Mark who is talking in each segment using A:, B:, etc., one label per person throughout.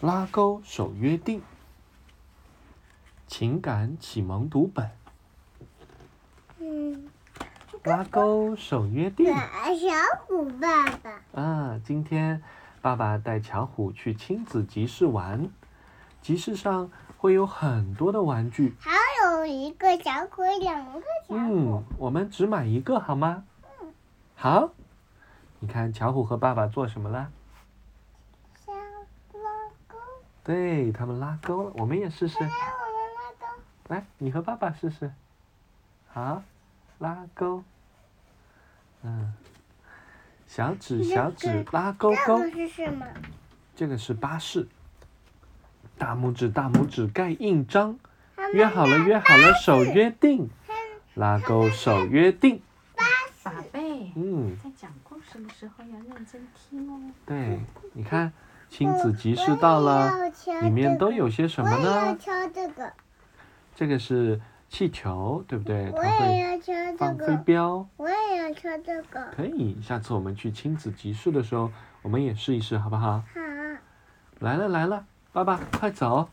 A: 拉钩守约定，情感启蒙读本，
B: 嗯，
A: 拉钩守约定
B: 小虎爸爸，
A: 啊！今天爸爸带巧虎去亲子集市玩，集市上会有很多的玩具，
B: 还有一个小虎，两个小虎
A: 嗯，，我们只买一个好吗？好，你看巧虎和爸爸做什么啦？
B: 小拉钩，
A: 对他们拉钩了，我们也试试。
B: 来我们拉钩，
A: 来，你和爸爸试试。好，拉钩。嗯，小指小指拉勾勾
B: 这，个是什么？
A: 这个是巴士。大拇指大拇指盖印章，
B: 他
A: 约
B: 们
A: 好了约好了，守约定，拉勾守约定。
C: 宝贝，
A: 嗯，
C: 在讲故事的时候要认真听哦。
A: 对，你看亲子集市到了，里面都有些什
B: 什
A: 么
B: 我也要
A: 呢？
B: 敲这个，
A: 这个是气球，对不对？
B: 我
A: 它
B: 也
A: 会
B: 要敲这
A: 放飞
B: 个，
A: 镖。
B: 我也要敲这个。
A: 可以，下次我们去亲子集市的时候，我们也试一试，好不好？
B: 好，
A: 来了来了，爸爸快走！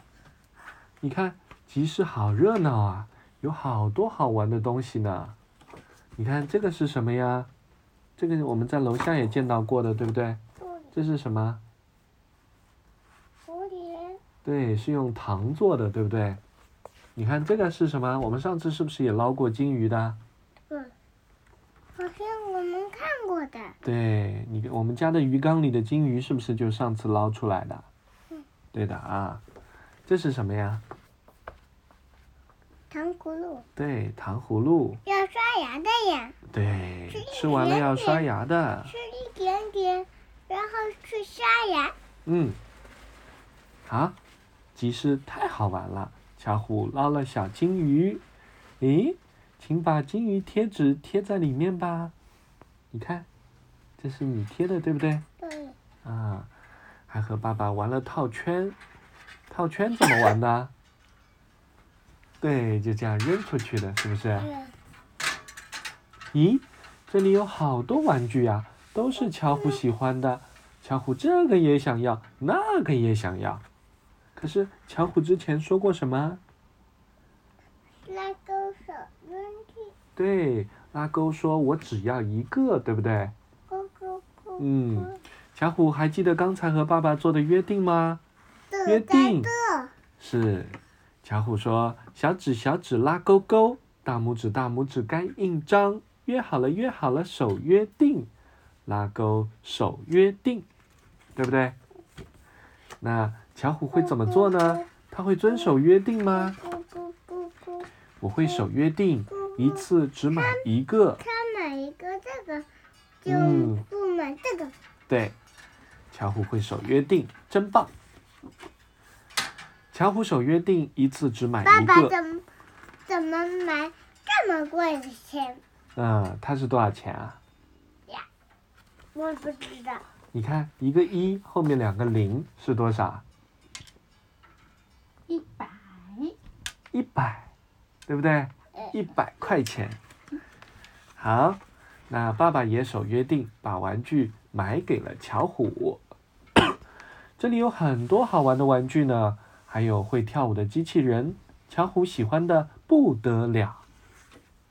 A: 你看集市好热闹啊，有好多好玩的东西呢。你看这个是什么呀？这个我们在楼下也见到过的，对不对？
B: 狐狸
A: 这是什么？
B: 狐狸，
A: 对，是用糖做的，对不对？你看这个是什么？我们上次是不是也捞过金鱼的？
B: 嗯，好像我们看过的。
A: 对你，我们家的鱼缸里的金鱼是不是就上次捞出来的？
B: 嗯
A: 对的啊，这是什么呀？
B: 糖葫芦
A: 对，糖葫芦。
B: 要刷牙的呀，
A: 对
B: 吃一，
A: 吃完了
B: 点
A: 要
B: 点
A: 刷牙的。
B: 吃一点点，然后去刷牙。
A: 嗯，啊，集市太好玩了！巧虎捞了小金鱼，咦，请把金鱼贴纸贴在里面吧。你看，这是你贴的，对不对？
B: 对，
A: 啊，还和爸爸玩了套圈，套圈怎么玩的？啊 对，就这样扔出去的，是不是？
B: 对，
A: 咦，这里有好多玩具呀、都是巧虎喜欢的。巧虎这个也想要，那个也想要。可是巧虎之前说过什么？啊
B: 拉钩手扔地，
A: 对，拉钩说我只要一个，对不对？
B: 咕咕咕。
A: 嗯，巧虎还记得刚才和爸爸做的约定吗？约定是，巧虎说小指小指拉勾勾，大拇指大拇指该印章，约好了约好了，守约定，拉勾守约定，对不对？那巧虎会怎么做呢？他会遵守约定吗？
B: 咕咕咕咕，
A: 我会守约定，一次只买一个。
B: 他买一个这个，就
A: 嗯
B: 不买这个。
A: 对，巧虎会守约定，真棒。巧虎守约定，一次只买
B: 爸
A: 一
B: 爸
A: 个。
B: 怎么怎么买这么贵的钱？
A: 嗯，它是多少钱啊？
B: 我不知道。
A: 你看，一个一后面两个零是多少？
C: 一百，
A: 一百，对不对？
C: 呃
A: 一百块钱。好，那爸爸也守约定，把玩具买给了巧虎。这里有很多好玩的玩具呢，还有会跳舞的机器人，巧虎喜欢的不得了。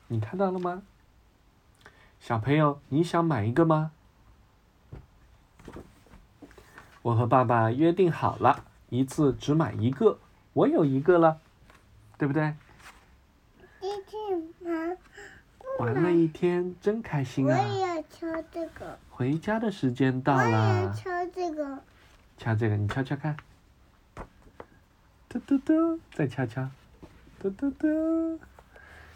A: 你看到了吗？小朋友，你想买一个吗？我和爸爸约定好了，一次只买一个。我有一个了，对不对？
B: 一定买，不
A: 玩
B: 买。
A: 了一天，真开心
B: 我
A: 啊！
B: 也要敲这个，
A: 回家的时间到
B: 我也要
A: 啦，
B: 敲这个，
A: 敲这个，你敲敲看，嘟嘟嘟，再敲敲，嘟嘟嘟。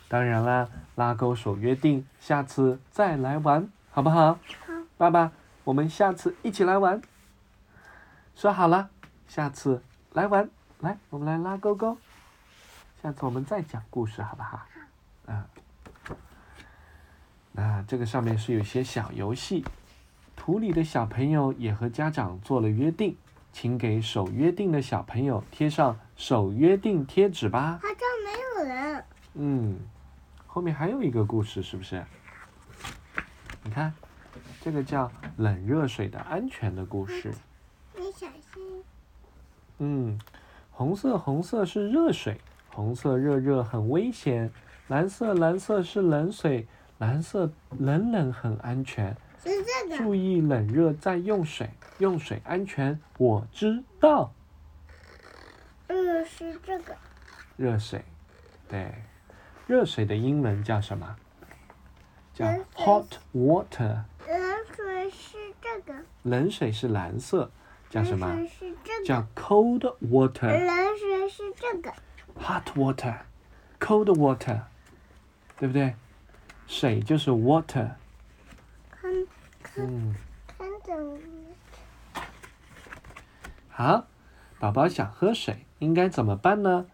A: 当然啦，拉钩手约定，下次再来玩，好不好？
B: 好。
A: 爸爸，我们下次一起来玩。说好了，下次来玩，来，我们来拉勾勾。下次我们再讲故事，好不好？嗯。那这个上面是有些小游戏，图里的小朋友也和家长做了约定，请给守约定的小朋友贴上守约定贴纸吧。
B: 好像没有人。
A: 嗯，后面还有一个故事，是不是？你看，这个叫冷热水的安全的故事。
B: 你小心，
A: 嗯，红色红色是热水，红色热热很危险。蓝色蓝色是冷水，蓝色冷冷很安全。
B: 是这个。
A: 注意冷热再用水，用水安全。我知道，
B: 嗯，是这个。
A: 热水，对，热水的英文叫什么？叫
B: 冷水
A: hot water。
B: 冷水是这个。
A: 冷水是蓝色，叫什么？
B: 冷水是这个。
A: 叫 cold water。
B: 冷水是这个。
A: hot water, cold water，对不对？水就是 water，
B: 看
A: 嗯，
B: 看怎么？
A: 好，宝宝想喝水应该怎么办呢？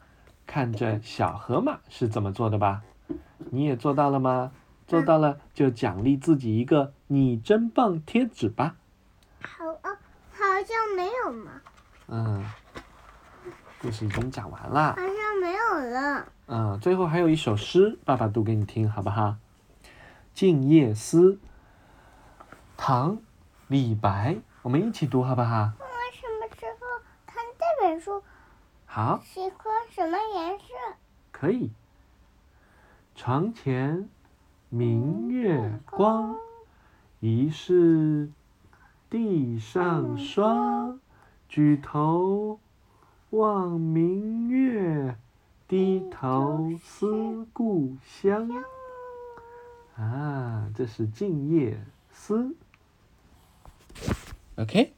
A: 看着小河马是怎么做的吧？你也做到了吗？做到了就奖励自己一个“你真棒”贴纸吧。
B: 好哦，好像没有嘛，
A: 嗯，故事已经讲完啦
B: 好。像没有了。
A: 嗯，最后还有一首诗，爸爸读给你听，好不好？《静夜思》，唐·李白，我们一起读好不好？
B: 我什么时候看这本书？
A: 好，
B: 喜欢什么颜色？
A: 可以。床前明月
B: 嗯
A: 光，疑是地上霜。举头望明月，低头思故乡。啊，这是《静夜思》。OK，